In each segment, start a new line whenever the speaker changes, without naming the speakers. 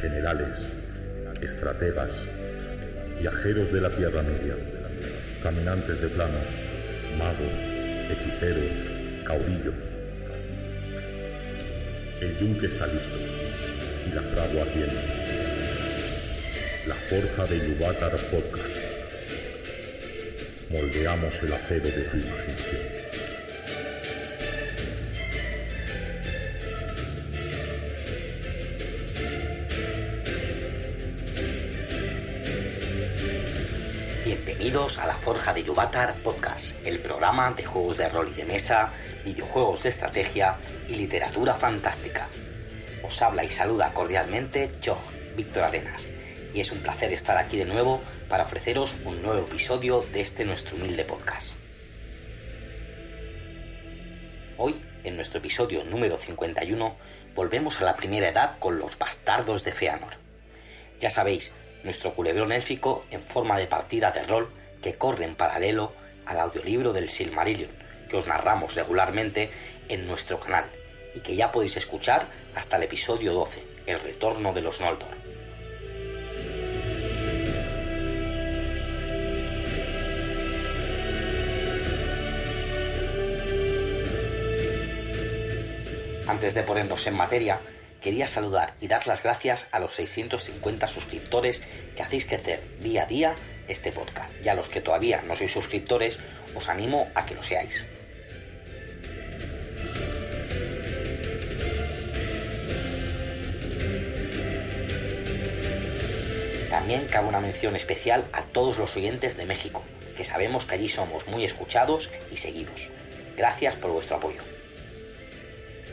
generales, estrategas, viajeros de la Tierra Media, caminantes de planos, magos, hechiceros, caudillos. El yunque está listo y la fragua ardiente. La forja de Yuvatar Podcast. Moldeamos el acero de tu imaginación.
Bienvenidos a la Forja de Yuvatar Podcast, el programa de juegos de rol y de mesa, videojuegos de estrategia y literatura fantástica. Os habla y saluda cordialmente Chog, Víctor Arenas, y es un placer estar aquí de nuevo para ofreceros un nuevo episodio de este nuestro humilde podcast. Hoy, en nuestro episodio número 51, volvemos a la primera edad con los bastardos de Feanor. Ya sabéis, nuestro culebrón élfico en forma de partida de rol que corre en paralelo al audiolibro del Silmarillion, que os narramos regularmente en nuestro canal y que ya podéis escuchar hasta el episodio 12, El retorno de los Noldor. Antes de ponernos en materia, quería saludar y dar las gracias a los 650 suscriptores que hacéis crecer día a día este podcast. Y a los que todavía no sois suscriptores, os animo a que lo seáis. También cabe una mención especial a todos los oyentes de México, que sabemos que allí somos muy escuchados y seguidos. Gracias por vuestro apoyo.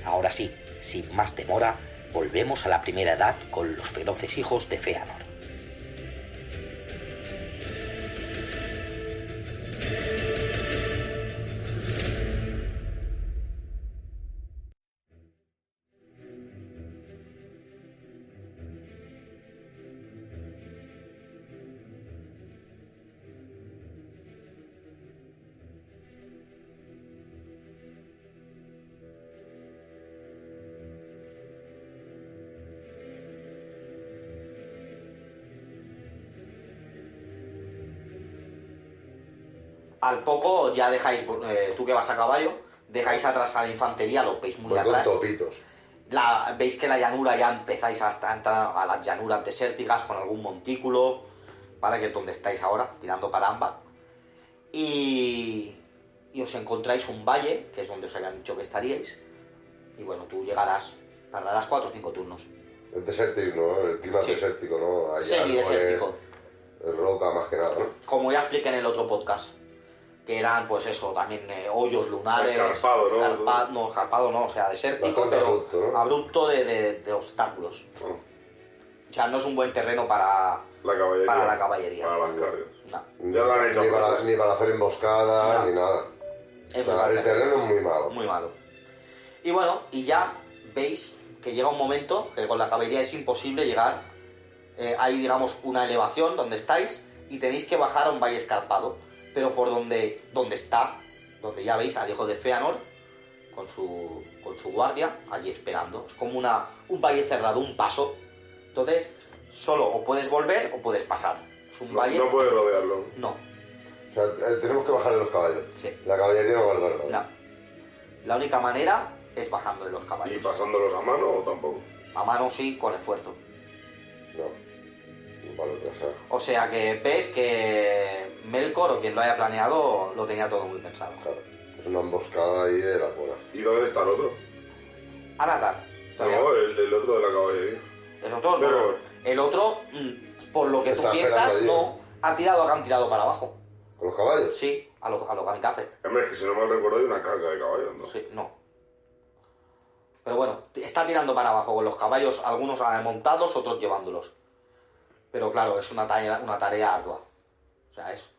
Ahora sí, sin más demora, volvemos a la primera edad con los feroces hijos de Feanor. al poco ya dejáis, eh, tú que vas a caballo, dejáis atrás a la infantería, lo veis muy
Voy Pues con
atrás.
topitos.
La- veis que la llanura ya empezáis hasta entrar a las llanuras desérticas con algún montículo, ¿vale? Que es donde estáis ahora, tirando para ámbar. Y, y os encontráis un valle, que es donde os habían dicho que estaríais. Y bueno, tú llegarás, tardarás cuatro o cinco turnos.
Es desértico, ¿no? El clima
Sí.
es desértico, ¿no? Hay
Semidesértico.
árboles, es roca más que nada, ¿no?
Como ya expliqué en el otro podcast, que eran pues eso, también eh, hoyos lunares.
Escarpado, ¿no?
escarpa- no, escarpado no, o sea, desértico,
Bastante
pero abrupto,
abrupto, ¿no?
de, de- de obstáculos.
Ah,
O sea, no es un buen terreno para
La caballería.
Para la caballería.
Para las cargas.
No.
Ya lo han hecho
ni,
por
para,
atrás.
ni para hacer emboscadas,
No.
ni nada.
Es
O sea,
verdad,
el terreno es muy malo.
muy malo. Y bueno, y ya veis que llega un momento que con la caballería es imposible llegar. Eh, hay, digamos, una elevación donde estáis y tenéis que bajar a un valle escarpado. Pero por donde, donde está, donde ya veis al hijo de Feanor con su, con su guardia allí esperando. Es como una, un valle cerrado, un paso. Entonces, solo o puedes volver o puedes pasar. Es un
No,
valle.
no puede rodearlo.
no.
O sea, eh, tenemos que bajar de los caballos.
Sí.
La caballería no va al barco.
No. La única manera es bajando de los
¿Y
caballos.
pasándolos a mano o tampoco?
A mano sí, con esfuerzo.
No. pues, eh, Para el trasero.
O sea que ves que Melkor o quien lo haya planeado lo tenía todo muy pensado.
Claro. Es una emboscada ahí de la buena.
¿Y dónde está el otro?
Anatar. todavía.
No, el, el otro de la caballería.
El otro, no.
Pero-
El otro, mm, por lo que tú
Está esperando
piensas,
allí.
no. Ha tirado a que han tirado para abajo.
¿Con los caballos?
Sí, a los a los kamikaze.
Hombre, es que si no mal recuerdo hay una carga de caballos, ¿no?
Sí, no. Pero bueno, t- está tirando para abajo con los caballos, algunos ah, montados, otros llevándolos. Pero claro, es una tarea, una tarea ardua. O sea, es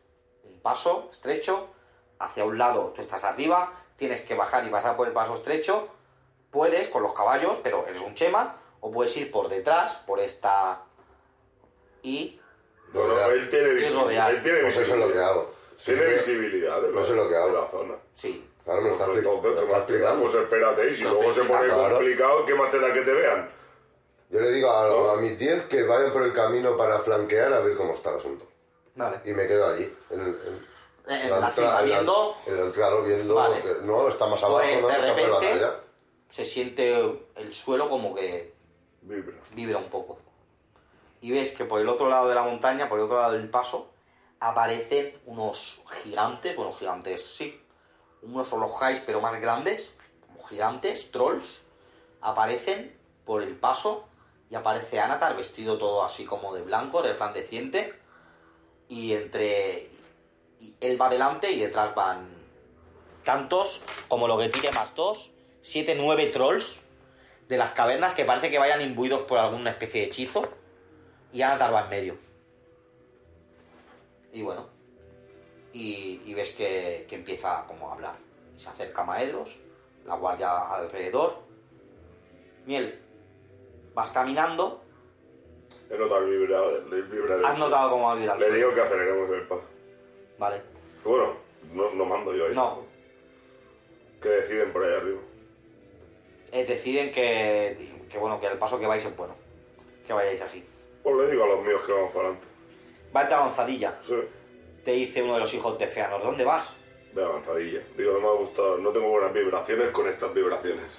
un paso estrecho, hacia un lado tú estás arriba, tienes que bajar y pasar por el paso estrecho. Puedes con los caballos, pero eres un chema, o puedes ir por detrás, por esta. Y.
No, no,
Rodear.
él tiene
Es rodear.
visibilidad. Él tiene
Pues eso es lo que
visibilidad.
hago.
Tiene
Siempre-
visibilidad de la,
Pues eso es lo que hago.
de la zona. Pues
Sí.
Claro, me lo estás
Entonces,
explicando.
¿qué más te da? Pues espérate, y si
Lo
luego se
estoy
pone
explicando,
complicado, ¿qué más te da que te vean? eh?
Yo le digo a, a mis 10 que vayan por el camino para flanquear a ver cómo está el asunto.
Vale.
Y me quedo allí. En, en-
Eh, En
en
la cima,
en la-
viendo.
En el claro, viendo.
Vale.
que- no, está más abajo.
Pues,
¿no?
de
Está por la
repente-
batalla.
Se siente el suelo como que
Vibra.
vibra un poco. Y ves que por el otro lado de la montaña, por el otro lado del paso, aparecen unos gigantes, bueno, gigantes, sí, unos holojáis pero más grandes, como gigantes, trolls, aparecen por el paso y aparece Anatar vestido todo así como de blanco, resplandeciente, y entre... y él va delante y detrás van tantos como lo que tire más dos, siete, nueve trolls de las cavernas que parece que vayan imbuidos por alguna especie de hechizo. Y Anatar va en medio. Y bueno. Y, y ves que, que empieza como a hablar. Y se acerca a Maedros, la guardia alrededor. Miel, vas caminando.
He notado el vibra, el vibra del
Ah,
Has
suelo.
notado cómo ha vibrado.
Le digo que aceleremos el paso.
Vale.
Bueno, no, no mando yo ahí.
No.
Que deciden por ahí arriba.
Eh, deciden que, que bueno, que el paso que vais es bueno. Que vayáis así.
Pues le digo a los míos que vamos para adelante.
Va esta avanzadilla.
Sí,
Te dice uno de los hijos de Feanor, ¿dónde vas?
de avanzadilla. Digo, no me ha gustado, no tengo buenas vibraciones con estas vibraciones.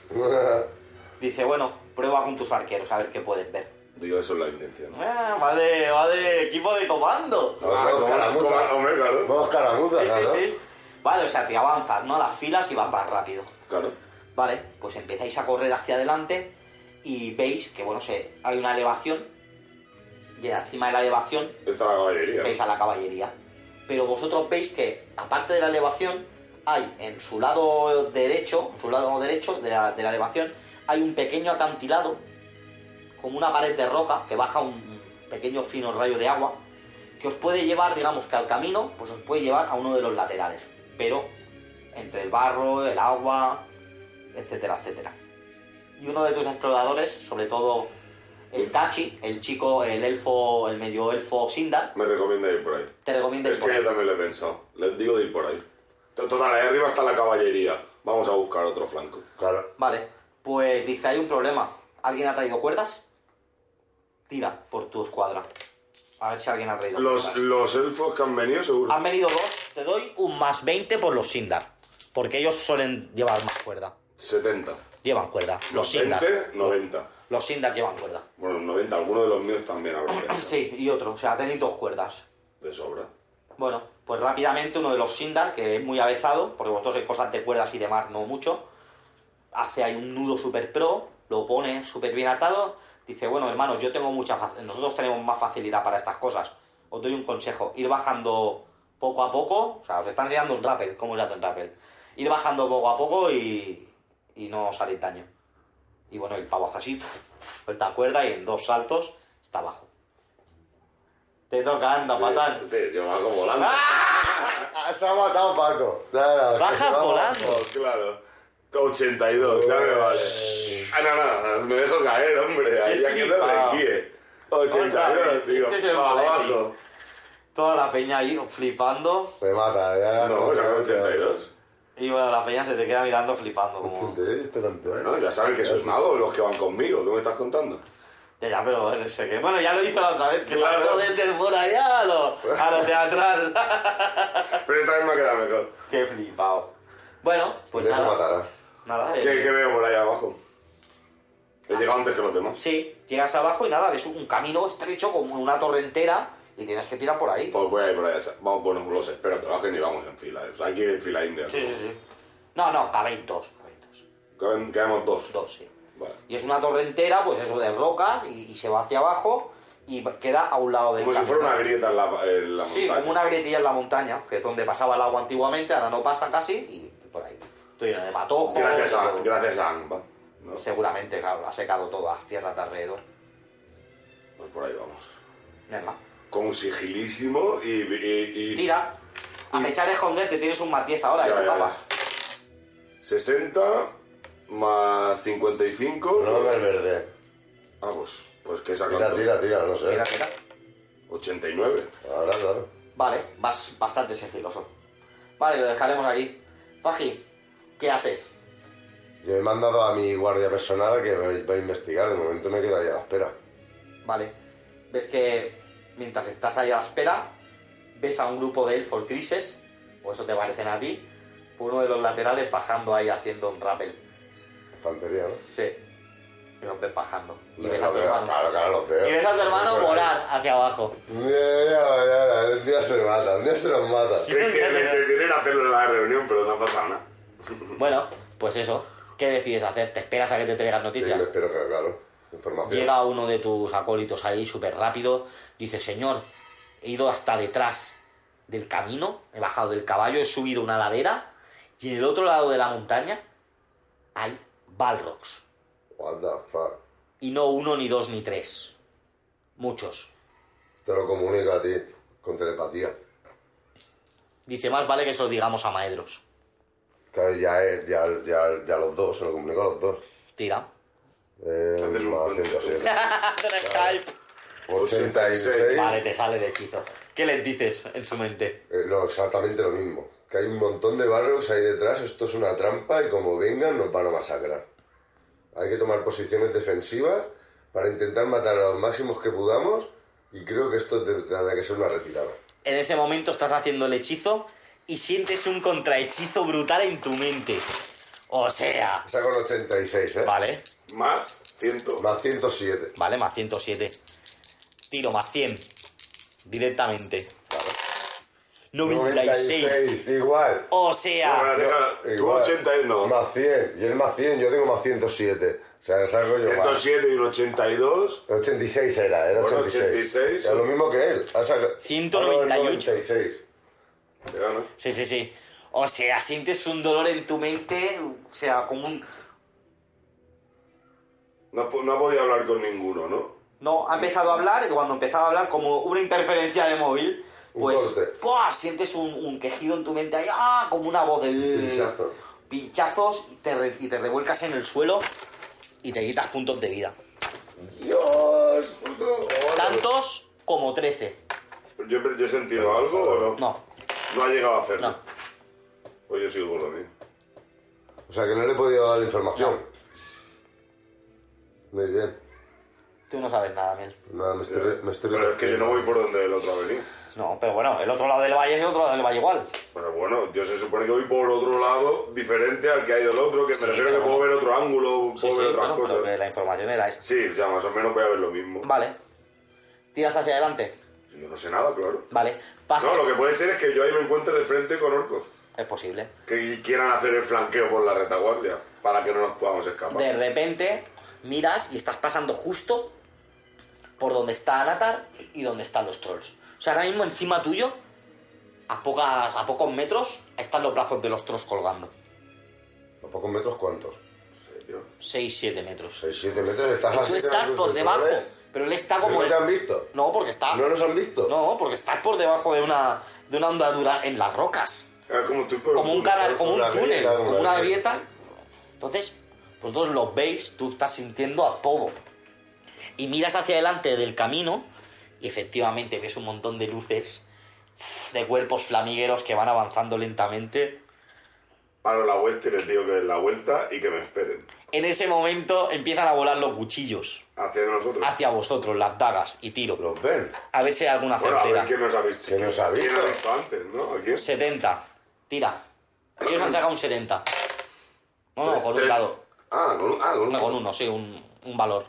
Dice, bueno, prueba con tus arqueros a ver qué puedes ver.
Digo, eso es la intención.
Ah, vale, vale, equipo de comando.
Vamos,
Ah, como-
caramuza.
como- hombre, claro.
Vamos caramuza,
Sí, sí,
claro.
sí. Vale, o sea, te avanzas, ¿no? A las filas y vas más rápido.
Claro.
Vale, pues empezáis a correr hacia adelante y veis que, bueno, se, hay una elevación y encima de la elevación
Está la caballería.
veis a la caballería. Pero vosotros veis que, aparte de la elevación, hay en su lado derecho, en su lado derecho de la, de la elevación, hay un pequeño acantilado, como una pared de roca, que baja un pequeño fino rayo de agua, que os puede llevar, digamos que al camino, pues os puede llevar a uno de los laterales. Pero entre el barro, el agua, etcétera, etcétera. Y uno de tus exploradores, sobre todo el Tachi, el chico, el elfo, el medio elfo Sindar,
Me recomienda ir por ahí.
te recomiendo
Es
ir por
que yo
ahí.
también lo he pensado. Les digo de ir por ahí. To- Total, ahí arriba está la caballería. Vamos a buscar otro flanco.
Claro.
Vale, pues dice, hay un problema. ¿Alguien ha traído cuerdas? Tira por tu escuadra. A ver si alguien ha traído
Los,
cuerdas.
los elfos que han venido, seguro.
Han venido dos, te doy un más 20 por los Sindar. Porque ellos suelen llevar más cuerda.
70.
Llevan cuerda. Los Sindar.
20, 90.
Los Sindar llevan cuerda.
Bueno, 90. Alguno de los míos también habrá venido.
Ah, Sí, y otro. O sea, tenéis dos cuerdas.
De sobra.
Bueno, pues rápidamente uno de los Sindar, que es muy avezado, porque vosotros sois cosas de cuerdas y de mar, no mucho, hace ahí un nudo super pro, lo pone súper bien atado, dice, bueno, hermanos, yo tengo mucha fac- nosotros tenemos más facilidad para estas cosas. Os doy un consejo, ir bajando poco a poco, o sea, os está enseñando un rappel, cómo se hace un rappel. Ir bajando poco a poco y, y no os haréis daño. Y bueno, el pavo hace así, suelta cuerda y en dos saltos está abajo. Te toca, anda, patán.
Te- Yo hago volando.
Ah, Se ha matado Paco. Claro,
Baja
que se va a-
volando.
Oh, claro. 82, ya me vale. Ah, no, no, no, me dejo caer, hombre. Ahí ya quedó
flipao.
el guíe.
Otra
82,
vez,
digo,
este es el
para
Moretti.
abajo.
Toda la peña ahí flipando.
Se mata, ya.
No, es 82.
Y bueno, la peña se te queda mirando flipando. Como...
82, este campeón.
Bueno, ya saben que soy mago los que van conmigo, ¿qué me estás contando?
Ya, ya, pero no sé qué. Bueno, ya lo hizo la otra vez, que
Claro.
saltó desde el por allá a lo, a lo teatral.
Pero esta vez me ha quedado mejor.
qué flipado. Bueno, pues
Ya se
nada.
matará.
nada eh,
¿Qué, qué veo por ahí abajo? He llegado antes que los demás.
Sí, llegas abajo y nada, ves un camino estrecho como una torrentera y tienes que tirar por ahí.
Pues voy a ir por allá. cha- Vamos, bueno, los espero que bajen y vamos en fila. eh. O sea, hay que ir en fila india.
Sí, sí, sí. No, no, cabéis dos. cabéis dos.
Caben- Quedamos dos.
Dos, sí.
Vale.
Y es una torrentera, pues eso, de rocas y, y se va hacia abajo y queda a un lado del
Como si
camino.
fuera una grieta en la, en la
Sí,
montaña.
como una grietilla en la montaña, que es donde pasaba el agua antiguamente, ahora no pasa casi, y por ahí. Estoy lleno de matojos.
Gracias a,
todo.
gracias a Amba. No, ¿no?
Seguramente, claro, lo ha secado todo, las tierras de alrededor.
Pues por ahí vamos.
Venga.
Con sigilísimo y. y- y-
Tira. A pechar esconderte, tienes un matiz ahora, ¿eh?
Ya,
ya,
ya,
tapa.
60 más 55.
No no es verde.
Ah, pues, pues que he sacado
Tira, tira, tira, no sé.
Tira, tira.
89.
Ahora, claro.
Vale, vas bastante sigiloso. Vale, lo dejaremos aquí. Faji, ¿qué haces?
Yo he mandado a mi guardia personal a que va va a investigar. De momento me quedaría a la espera.
Vale, ves que mientras estás ahí a la espera, ves a un grupo de elfos grises, o eso te parecen a ti, por uno de los laterales bajando ahí haciendo un rappel.
Infantería, ¿no?
Sí. Y los ves bajando. Y
Me
ves a tu
veo,
hermano.
Claro, claro, los veo.
Y ves a tu hermano volar hacia abajo.
Ya, ya, ya, ya, Un día se mata, un día se los mata.
Que, que, que- que quieren hacerlo en la reunión, pero no ha pasado nada.
Bueno, pues eso. ¿Qué decides hacer? ¿Te esperas a que te traigan
Sí, me
noticias?
espero que, claro. Información.
Llega uno de tus acólitos ahí súper rápido. Dice, señor, he ido hasta detrás del camino. He bajado del caballo, he subido una ladera. Y en el otro lado de la montaña hay Balrogs.
What the fuck.
Y no uno, ni dos, ni tres. Muchos.
Te lo comunico a ti con telepatía.
Dice, más vale que se lo digamos a Maedros.
Claro, ya, eh, ya, ya, ya los dos, se lo comunico a los dos.
Tira.
Eh,
Haces un
más
puente.
107.
Hacer Skype.
86.
Vale, te sale de hechizo. ¿Qué les dices en su mente?
Eh, no, exactamente lo mismo. Que hay un montón de barrios ahí detrás, esto es una trampa y como vengan nos van a masacrar. Hay que tomar posiciones defensivas para intentar matar a los máximos que podamos y creo que esto te- tendrá que ser una retirada.
En ese momento estás haciendo el hechizo y sientes un contrahechizo brutal en tu mente. O sea...
Está con 86, ¿eh?
Vale,
Más 100.
Más 107.
vale, más 107. Tiro, más 100. Directamente. 96.
Igual.
O sea...
Bueno, Ah, deja, tú
Igual.
81. No.
Más 100. Y el más 100, yo tengo más 107. O sea, salgo yo más.
107 y un 82.
86 era, era
Bueno,
86.
86.
Era lo mismo que él. Ha sacado-
198.
96.
Te gano.
Sí, sí, sí. O sea, sientes un dolor en tu mente, o sea, como un...
No, po- no ha podido hablar con ninguno, ¿no?
No, ha empezado a hablar y cuando empezaba a hablar como una interferencia de móvil,
Un
pues
corte.
¡pua! sientes un, un quejido en tu mente ahí, ¡ah! como una voz del...
Pinchazo.
Pinchazos y te, re- y te revuelcas en el suelo y te quitas puntos de vida.
Dios, puto.
Tantos como 13.
¿Yo, he- yo he sentido algo o no?
No,
No ha llegado a hacerlo.
no.
Pues yo sigo por lo mío.
O sea que no le he podido dar información. Muy bien.
Tú no sabes nada, Miel.
Nada, me estoy, me estoy
Pero es que yo no voy por donde el otro ha venido.
No, pero bueno, el otro lado del valle es el otro lado del valle igual.
Pero bueno, yo se supone que voy por otro lado diferente al que ha ido el otro, que me refiero
pero
que puedo
no.
ver otro ángulo, puedo
Sí, sí,
ver otras
bueno, pero que
cosas.
la información era esa.
Sí, o sea, más o menos voy a ver lo mismo.
Vale. Tiras hacia adelante.
Yo no sé nada, claro.
Vale. Pasas.
No, lo que puede ser es que yo ahí me encuentre de frente con orcos
Es posible.
que quieran hacer el flanqueo por la retaguardia para que no nos podamos escapar.
De repente miras y estás pasando justo por donde está Anatar y donde están los trolls. O sea, ahora mismo encima tuyo, a, pocas, a pocos metros, están los brazos de los trolls colgando.
¿A pocos metros cuántos?
¿En serio?
6, 7 metros.
6, 7 metros. Estás
Y tú
así,
estás
tienes
por
tus
debajo,
controles.
pero él está
¿Sí
como...
que
en-
te han visto?
No, porque está...
¿No nos han visto?
No, porque estás por debajo de una, de una andadura en las rocas.
Era como, tú, pero-
como un canal, como
una
un túnel,
grieta,
como
una
una
grieta.
grieta. Entonces, vosotros lo veis, tú estás sintiendo a todo. Y miras hacia adelante del camino y efectivamente ves un montón de luces de cuerpos flamigueros que van avanzando lentamente.
Paro la vuelta y les digo que den la vuelta y que me esperen.
En ese momento empiezan a volar los cuchillos
Hacia nosotros.
hacia vosotros, las dagas y tiro.
¿Los ven?
A ver si hay alguna
Bueno, a ver
certera.
quién nos ha visto.
¿Quién nos ha
¿Quién
visto?
ha visto antes, no? ¿A quién?
70. Tira. Ellos han sacado un 70. No, no, con un
Tres-
dado.
Ah, con un, ah, con un-
No, con uno, sí, un, un valor.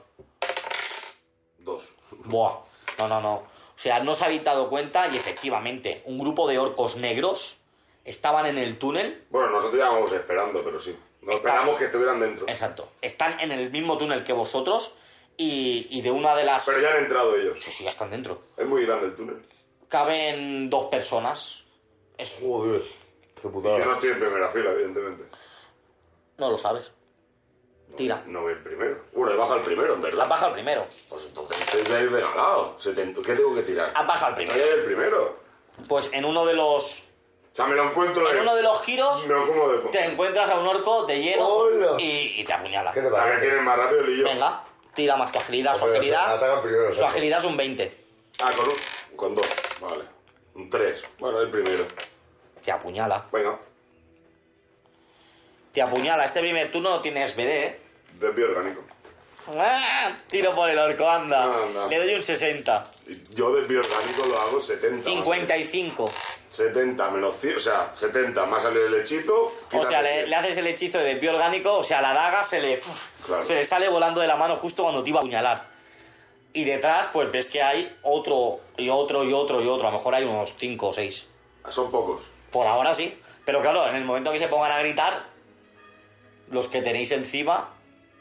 Dos.
Buah, no, no, no. O sea, no os habéis dado cuenta y efectivamente, un grupo de orcos negros estaban en el túnel.
Bueno, nosotros ya vamos esperando, pero sí. No
Está-
esperamos que estuvieran dentro.
Exacto. Están en el mismo túnel que vosotros y, y de una de las...
Pero ya han entrado ellos.
Sí, sí, ya están dentro.
Es muy grande el túnel.
Caben dos personas. Es-
Joder. Qué
Yo no
putada.
estoy en primera fila, evidentemente.
No lo sabes. Tira.
No ve el primero. Bueno, he bajado el primero, en verdad.
Has bajado el primero.
Pues entonces estoy ahí regalado. 70. ¿Qué tengo que tirar?
Has bajado el primero.
Ahí es el primero.
Pues en uno de los.
O sea, me lo encuentro
En
ahí.
uno de los giros.
No como de...
Te encuentras a un orco de hielo
Hola.
y, y te apuñala.
¿Qué te
A ver
parece?
quién es más rápido, el y yo.
Venga, tira más tu agilidad. Su
Pero
agilidad,
Atacan primero.
su agilidad es un 20.
Ah, con un... Con dos. Vale. Un tres. Bueno, el primero.
Te apuñala.
Venga.
Te apuñala. Este primer turno no tienes BD, ¿eh?
Desvío orgánico.
¡Ah! Tiro por el orco, anda.
No, no.
Le doy un 60.
Y Yo desvío orgánico lo hago 70. más o menos.
55.
70 menos 100, o sea, 70 más salido el hechizo.
O sea,
quítate
le,
100.
le haces el hechizo de pie orgánico, o sea, la daga se le, uf,
Claro.
se le sale volando de la mano justo cuando te iba a apuñalar. Y detrás, pues ves que hay otro y otro y otro y otro. A lo mejor hay unos 5 o 6.
Ah, Son pocos.
Por ahora sí. Pero claro, en el momento que se pongan a gritar, los que tenéis encima,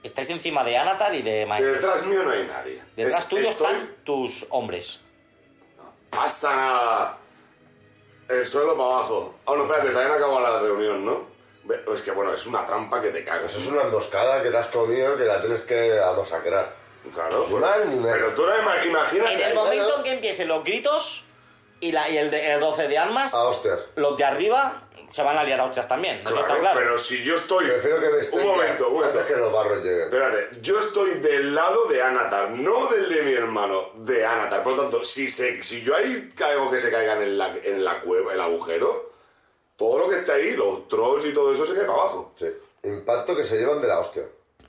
estáis encima de Anatar y de
Y
Maestro.
detrás mío no hay nadie.
Detrás
Es-
tuyo
estoy-
están tus hombres.
Pasa nada. El suelo para abajo. Ah, no, espérate, también acabó la reunión, ¿no? Ve- oh, Es que bueno, es una trampa que te cagas.
Eso es una emboscada que te has comido que la tienes que masacrar.
Claro.
Ni mal ni mal.
Pero tú no ima-
En el
imagínate.
momento en que empiecen los gritos y, la, y el, de- el roce de armas,
Ah.
A hostias.
los de arriba se van a liar a hostias también. Eso está
Claro,
claro.
Pero si yo estoy.
Prefiero que me estén
Un momento,
ya,
un momento.
antes que los barros lleguen.
Espérate, yo estoy del lado de Anatar, no del de mi hermano, de Anatar. Por lo tanto, si, se, si yo ahí caigo que se caigan en la, en la cueva, el agujero, todo lo que está ahí, los trolls y todo eso, se cae para abajo.
Sí. Impacto que se llevan de la hostia.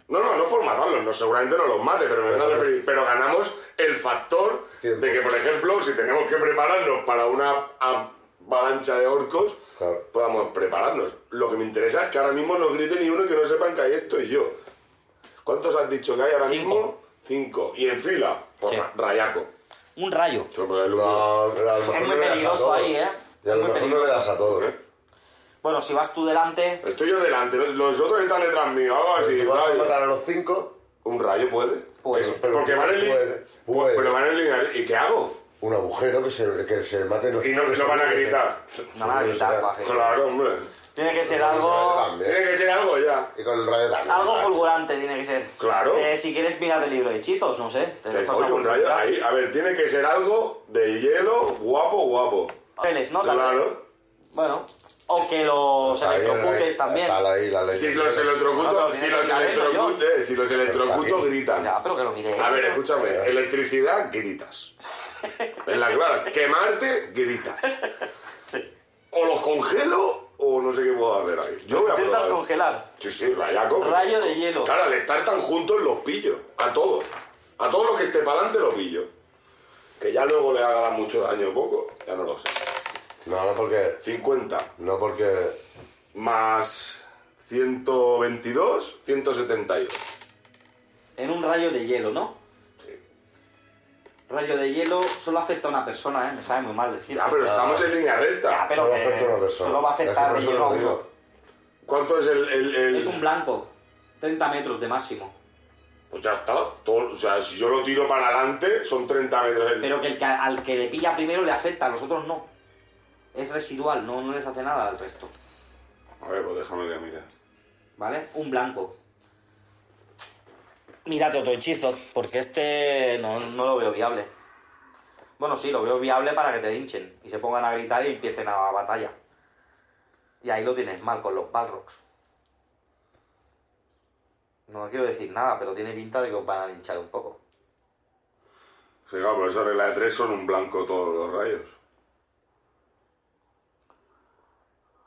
No, no, no por matarlos, no, seguramente no los mate, pero me vengo a referir. Pero ganamos el factor
Tiempo.
de que, por ejemplo, si tenemos que prepararnos para una avalancha de orcos,
Claro.
podamos prepararnos. Lo que me interesa es que ahora mismo no grite ni uno y que no sepan que hay esto y yo. ¿Cuántos has dicho que hay ahora
Cinco.
mismo? Cinco. Y en fila, por
Sí.
ra- rayaco.
Un rayo.
Yo, por el uno.
No, a lo mejor
muy
no le das a
peligroso
todos.
ahí, ¿eh?
Y a lo
Es muy
mejor no le das a todos.
¿Eh?
Bueno, si vas tú delante,
Estoy yo delante, los- los otros están detrás mío, hago así,
Tú vas a
rayo.
matar a los cinco,
¿Un rayo puede?
Puede.
Eso, Porque van en línea.
Puede, puede.
Pero van en línea. ¿Y qué hago?
un agujero que se, que se ¿eh? maten los
Y no,
cinco.
no van a gritar.
no van a gritar, paje.
Claro, hombre.
Tiene que ser
Con el rayo
algo.
también.
Tiene que ser algo ya.
Y con el rayo también.
Algo fulgurante tiene que ser.
Claro.
Eh, si quieres, mirar el libro de hechizos, no sé. Te
Que
dejo esa
coño, un rayo
oportunidad.
ahí. A ver, tiene que ser algo de hielo, guapo, guapo.
Papeles, ¿no? Tal vez.
Claro.
Bueno. O que los
Está ahí,
electrocutes
está
también.
ahí la ley.
Si los
No, no,
electrocuto, si
tiene que
los
ser hielo,
electrocuto, eh, si los electrocuto
Pero
gritan.
Ya, pero que lo miré.
A ver, escúchame, electricidad, gritas. En la clara, quemarte, gritas.
Sí.
O los congelo o no sé qué puedo hacer ahí. Yo voy a
Intentas
probar.
congelar.
Sí, sí, rayaco.
Rayo de hielo.
Claro, al estar tan juntos los pillo. A todos. A todo lo que esté para adelante lo pillo. Que ya luego le haga mucho daño o poco. Ya no lo sé.
No, no porque.
50
No porque.
más 122, 172.
En un rayo de hielo, ¿no?
Sí.
Rayo de hielo solo afecta a una persona, ¿eh? Me sabe muy mal decir.
Ya, pero estamos en línea
Ya,
recta.
pero
Ah. solo
que
afecta a una persona.
solo va a afectar
Es que
de
por eso
hielo a
lo digo.
uno.
¿Cuánto es el...? el, el-
Es un blanco. 30 metros de máximo.
Pues ya está. Todo- o sea, si yo lo tiro para adelante, son 30 metros. el-
Pero que, el que- al que le pilla primero le afecta, a los otros no. Es residual, no, no les hace nada al resto.
A ver, pues déjame que mire.
¿Vale? Un blanco. Mírate otro hechizo, porque este no, no lo veo viable. Bueno, sí, lo veo viable para que te hinchen y se pongan a gritar y empiecen a batalla. Y ahí lo tienes mal con los Balrogs. No quiero decir nada, pero tiene pinta de que os van a hinchar un poco.
Sí, claro, pero esa regla de 3 son un blanco todos los rayos.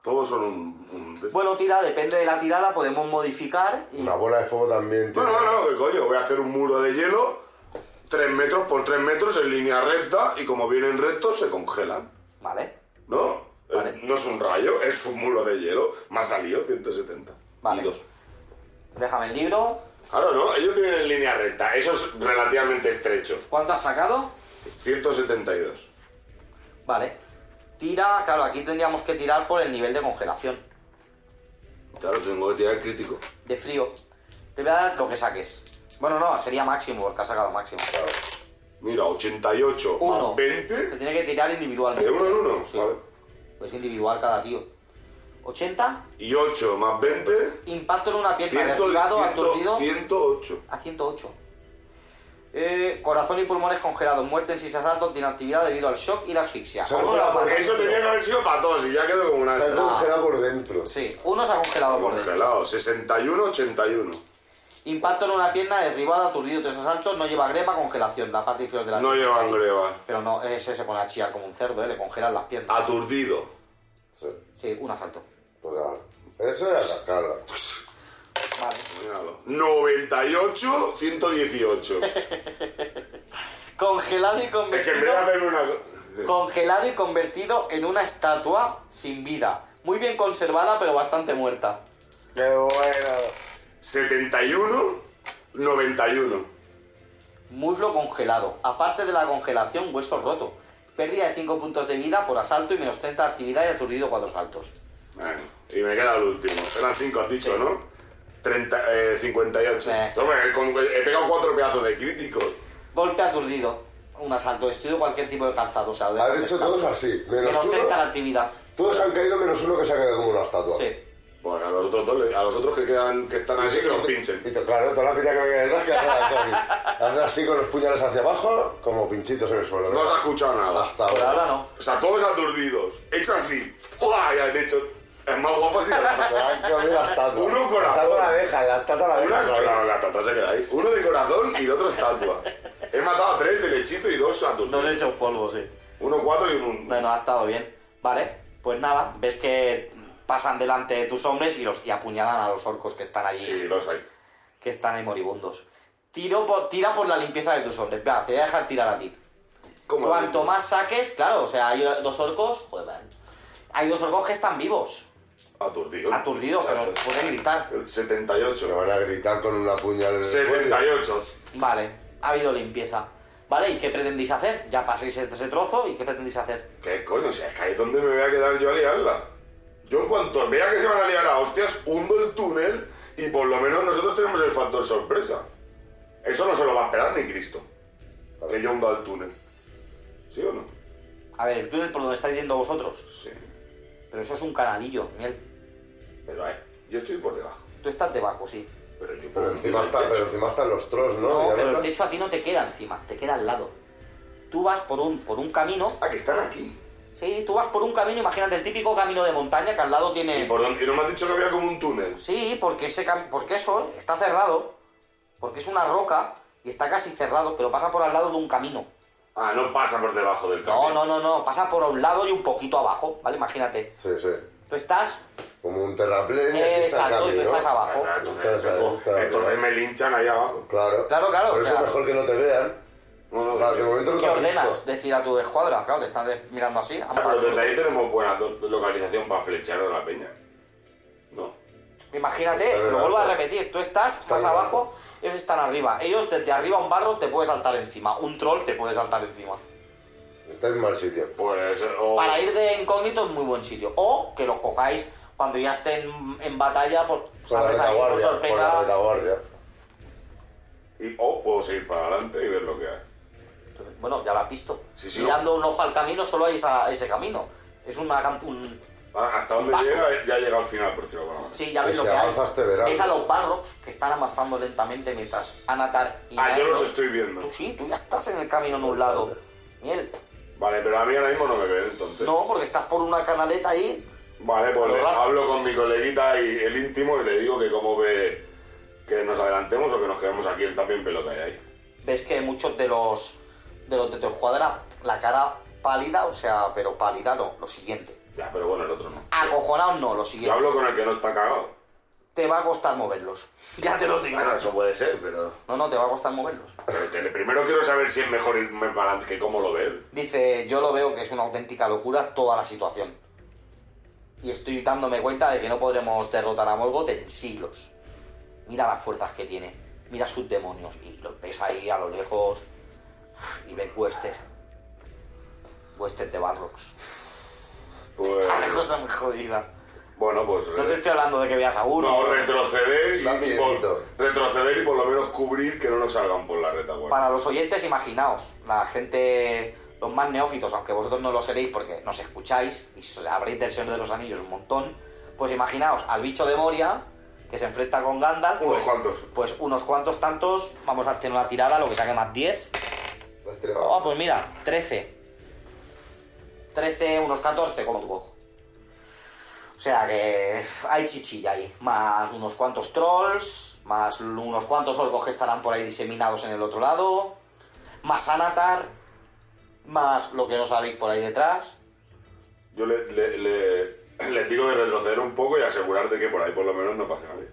Todos son un... un de-
Bueno, tira, depende de la tirada, podemos modificar y
Una bola de fuego también.
No,
tiene-
no, no, que coño, voy a hacer un muro de hielo, 3 metros por 3 metros en línea recta y como vienen rectos se congelan,
Vale,
¿no? Eh,
Vale.
No es un rayo, es un muro de hielo. Me ha salido 170.
Vale.
Y dos.
déjame el libro.
Claro, no, ellos vienen en línea recta, eso es relativamente estrecho.
¿Cuánto has sacado?
172.
Vale. Tira, claro, aquí tendríamos que tirar por el nivel de congelación,
Claro, tengo que tirar el crítico.
de frío. Te voy a dar lo que saques. Bueno, no, sería máximo, porque has sacado máximo.
Mira, 88
Uno.
más 20.
Se tiene que tirar
¿De
individualmente.
uno en uno?
Sí.
Vale.
Es individual cada tío. 80.
Y 8 más 20,
Impacto en una pieza,
100,
derribado,
100,
aturdido
108.
a 108. Eh, corazón y pulmones congelados, muerte en seis asaltos de inactividad debido al shock y la asfixia.
Se ha
Uno
congelado
lo ha
por
Porque
matado.
eso tenía que haber sido para todos y ya quedó como una
Se ha
ensalada.
congelado por dentro.
Sí, uno se ha congelado por dentro.
Congelado, 61-81.
Impacto en una pierna, derribado, aturdido, tres asaltos, no lleva grema, congelación, la parte inferior de la
No llevan greba.
Pero no, ese se pone a chillar como un cerdo, ¿eh? le congelan las piernas.
Aturdido.
Sí,
Sí, un asalto.
pues nada. Eso era la cara.
Vale.
Míralo. 98-118.
Congelado y
es que en vez
convertido.
de hacerme una.
Congelado y convertido en una estatua sin vida. Muy bien conservada, pero bastante muerta.
¡Qué bueno!
71-91.
Muslo congelado. Aparte de la congelación, hueso roto. Pérdida de 5 puntos de vida por asalto y menos 30 de actividad y aturdido 4 saltos.
Bueno, y me queda el último. Eran 5, has dicho, ¿no? 30, eh, 58.
Eh.
Hombre, con- he pegado cuatro pedazos de críticos.
Golpe aturdido. Un asalto. Estudio cualquier tipo de calzado. O sea, de
Has hecho todos así. Menos
Menos 30 de
uno.
actividad.
Todos han caído menos uno que se ha quedado como una estatua.
Sí.
Bueno, a los otros dos, le- a los otros que quedan, que están así, que los pinchen.
Y to- claro, toda la pita que me queda detrás que ha Haces así con los puñales hacia abajo, como pinchitos en el suelo.
No
¿no?
se ha escuchado nada.
Hasta
Por
ahora.
ahora no.
O sea, todos aturdidos. Hecho así. ¡Uah! Y han hecho. Es más guapo así.
Te han comido la estatua.
Uno corazón.
La estatua la deja, la estatua la
Una
deja.
con la, la tatuaje que hay. Uno de corazón y el otro estatua. He matado a tres del hechizo y dos aturdidos.
Dos hechos polvo, sí.
Uno cuatro y un.
Bueno, ha estado bien. Vale, pues nada, ves que pasan delante de tus hombres y, los, y apuñalan a los orcos que están allí,
Sí, los hay.
que están ahí moribundos. Tiro por, tira por la limpieza de tus hombres. Venga, te voy a dejar tirar a ti.
¿Cómo lo
Cuanto
dices?
más saques, claro, o sea, hay dos orcos, pues, bueno, hay dos orcos que están vivos,
Aturdidos.
aturdidos, pero
Exacto.
pueden gritar.
El 78.
Te
¿no?
van a gritar con una puñal en el cuello.
78.
Vale, ha habido limpieza. Vale, ¿y qué pretendéis hacer? Ya paséis ese trozo y ¿qué pretendéis hacer?
¿Qué coño? Si es que ahí es donde me voy a quedar yo a liarla. Yo en cuanto vea que se van a liar a hostias, hundo el túnel y por lo menos nosotros tenemos el factor sorpresa. Eso no se lo va a esperar ni Cristo. Que yo hunda el túnel. ¿Sí o no?
A ver, el túnel por donde estáis yendo vosotros.
Sí.
Pero eso es un canalillo, miel.
Pero eh, yo estoy por debajo.
Tú estás debajo, sí.
Pero yo
Pero
puedo
encima,
hundir el
está, pero
techo.
encima están los trolls, ¿no?
No,
Ya
pero el
verás.
techo a ti no te queda encima, te queda al lado. Tú vas por un, por un camino,
Ah, que están aquí.
sí, tú vas por un camino, imagínate el típico camino de montaña que al lado
¿Y,
tiene...
por dónde- y no me has dicho que había como un túnel.
Sí, porque, ese cam- porque eso está cerrado, porque es una roca y está casi cerrado, pero pasa por al lado de un camino.
Ah, no pasa por debajo del
No,
camino.
no, no, no, pasa por un lado y un poquito abajo, ¿vale? Imagínate.
Sí, sí.
Tú estás...
Como un terraplén. y aquí
Eh,
está el
exacto, y tú
camino.
estás abajo.
Ah, entonces,
Está, está, está,
entonces
está.
me linchan ahí abajo.
Claro.
Claro, claro, o
Por eso
sea-
es mejor que no te vean.
No, no,
Claro, de momento no te
¿Qué
han
ordenas?
visto.
Decir a tu escuadra, claro, te están de- mirando así.
Ah, Pero desde ahí tenemos buena do- localización para flechar a la peña. No.
Imagínate,
Está
te lo
bien
vuelvo a
alto.
repetir, tú estás más
bien
abajo, ellos están arriba. Ellos desde arriba un barro te puede saltar encima, un troll te puede saltar encima.
Está en mal sitio.
Pues.
Oh.
O,
Para ir de incógnito es muy buen sitio. O que los cojáis cuando ya estén en batalla, pues
Con la
sabes ahí por
retaguardia. Con la
sorpresa.
retaguardia.
y- o puedo seguir para adelante y ver lo que hay.
Bueno, ya la has visto.
Sí, sí,
Mirando un ojo al camino, solo hay esa- ese camino. Es una, cam- un,
Ah, hasta dónde
Paso.
llega, ya llega al final, por decirlo de alguna manera.
Sí, ya ves
Y
lo
si
que hay.
avanzas, te verán.
Es a los barrocks que están avanzando lentamente mientras Anatar y
Ah, yo
Naeros-
los estoy viendo.
Tú sí, tú ya estás en el camino en un lado. Miel.
Vale, pero a mí ahora mismo no me ven, entonces.
No, porque estás por una canaleta ahí.
Vale, pues le-
Rafa.
hablo con mi coleguita y el íntimo y le digo que como ve que nos adelantemos o que nos quedemos aquí, él también ve lo que hay ahí.
Ves que muchos de los de los de tu escuadra, la cara pálida, o sea, pero pálida no, lo siguiente.
Ya, pero bueno, el otro no.
Ah, Acojonados no, lo
Yo
siguiente.
hablo con el que no está cagado.
Te va a costar moverlos. Ya te lo digo.
Bueno, eso puede ser, pero...
No, no, te va a costar moverlos.
Pero que le- primero quiero saber si es mejor irme para adelante que cómo lo ve él.
Dice, yo lo veo que es una auténtica locura toda la situación. Y estoy dándome cuenta de que no podremos derrotar a Morgoth en siglos. Mira las fuerzas que tiene, mira sus demonios, y los ves ahí a lo lejos, y ves huestes. Huestes de Barrocks.
Pues...
Una cosa muy jodida.
Bueno, pues...
No te estoy hablando de que veas a uno.
No, retroceder y,
Da
y por-
miedito.
retroceder y por lo menos cubrir que no nos salgan por la retaguardia.
Para los oyentes, imaginaos, la gente, los más neófitos, aunque vosotros no lo seréis porque nos escucháis y habréis del Señor de los Anillos un montón, Pues imaginaos al bicho de Moria que se enfrenta con Gandalf.
Unos
pues,
cuantos.
Pues unos cuantos tantos. Vamos a hacer una tirada, lo que saque más 10.
Lo has tirado.
Ah, pues mira, 13. 13, unos 14 como tu ojo. O sea que hay chichilla ahí. Más unos cuantos trolls, más unos cuantos orcos que estarán por ahí diseminados en el otro lado. Más Anatar, más lo que no sabéis por ahí detrás.
Yo le, le- le- les digo de retroceder un poco y asegurarte que por ahí por lo menos no pase nadie.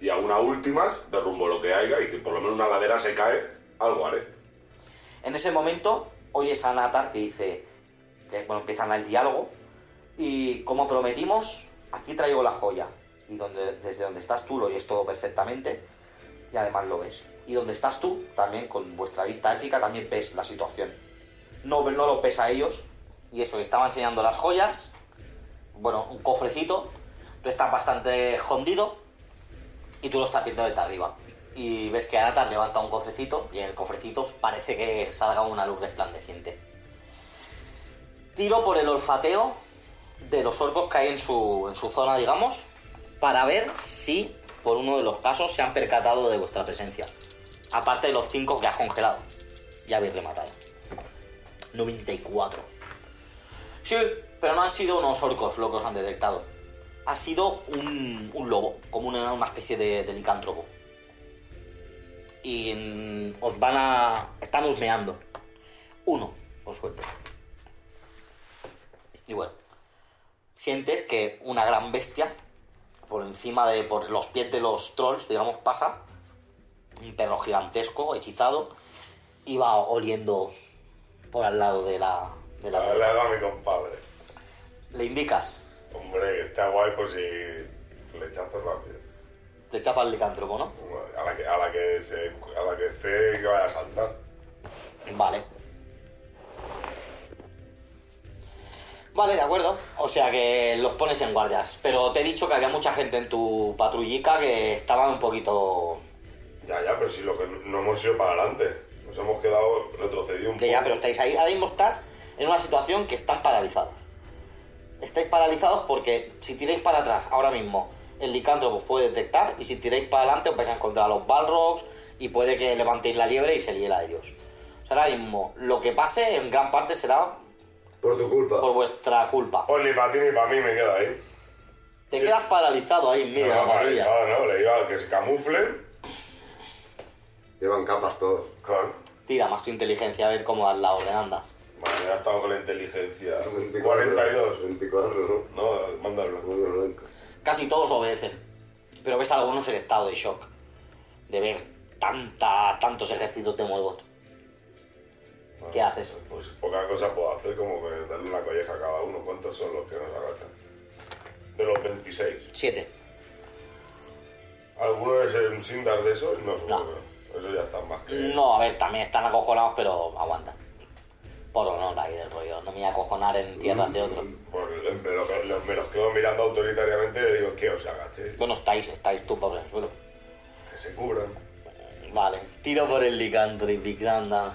Y a una últimas, derrumbo lo que haya y que por lo menos una ladera se cae, algo haré.
En ese momento oyes a Natar que dice que bueno, empiezan el diálogo y como prometimos, aquí traigo la joya. Y donde, desde donde estás tú lo oyes todo perfectamente y además lo ves. Y donde estás tú, también con vuestra vista élfica, también ves la situación. No, no lo ves a ellos y eso, estaban enseñando las joyas, bueno, un cofrecito, tú estás bastante escondido y tú lo estás viendo desde arriba. Y ves que Anatar levanta un cofrecito y en el cofrecito parece que salga una luz resplandeciente. Tiro por el olfateo de los orcos que hay en su, en su zona, digamos, para ver si por uno de los casos se han percatado de vuestra presencia. Aparte de los 5 que has congelado. Ya habéis rematado. 94. Sí, pero no han sido unos orcos lo que os han detectado. Ha sido un, un lobo, como una, una especie de, de licántropo. Y mm, os van a. Están husmeando. Uno, por suerte. Y bueno, sientes que una gran bestia, por encima de. por los pies de los trolls, digamos, pasa. Un perro gigantesco, hechizado. Y va oliendo por al lado de la. de la.
La haga mi compadre.
Le indicas.
Hombre, que está guay por si flechazo rápido.
Te chafa el licántropo, ¿no?
A la que, a la que, se, a la que esté que vaya a saltar.
Vale. Vale, de acuerdo. O sea que los pones en guardias. Pero te he dicho que había mucha gente en tu patrullica que estaban un poquito.
Ya, ya, pero si lo que no- no hemos ido para adelante. Nos hemos quedado retrocedido un
Que
poco.
ya, pero estáis ahí. Ahora mismo estás en una situación que están paralizados. Estáis paralizados porque si tiráis para atrás ahora mismo, el licántropo os puede detectar. Y si tiráis para adelante, os vais a encontrar a los Balrogs. Y puede que levantéis la liebre y se líe la de ellos. O sea, ahora mismo, lo que pase en gran parte será
Por tu culpa.
por vuestra culpa.
Pues ni para ti ni para mí me queda ahí.
Te quedas paralizado ahí en medio de
no,
la
no,
parrilla.
no, le digo a que se camuflen.
Llevan capas todos.
Claro.
Tira más tu inteligencia a ver cómo das la orden, anda.
Vale, ya estado con la inteligencia.
24,
42.
24, ¿no?
No, mándalo.
Uno blanco.
Casi todos obedecen, pero ves a algunos en estado de shock de ver tanta, tantos ejércitos de Morgoth. ¿Qué haces?
Pues poca cosa puedo hacer como que darle una colleja a cada uno. ¿Cuántos son los que nos agachan? De los 26.
Siete.
¿Alguno es un Sindar de esos? No, supongo.
No. Mm.
que no. Eso ya está más que.
No, a ver, también están acojonados, pero aguantan. Por honor ahí del rollo, no me voy a acojonar en tierras de otros.
Pues me, lo, lo- me los quedo mirando autoritariamente y le digo que os agachéis,
Bueno, estáis, estáis tumbados en el suelo.
que se cubran.
Vale, tiro por el licántropo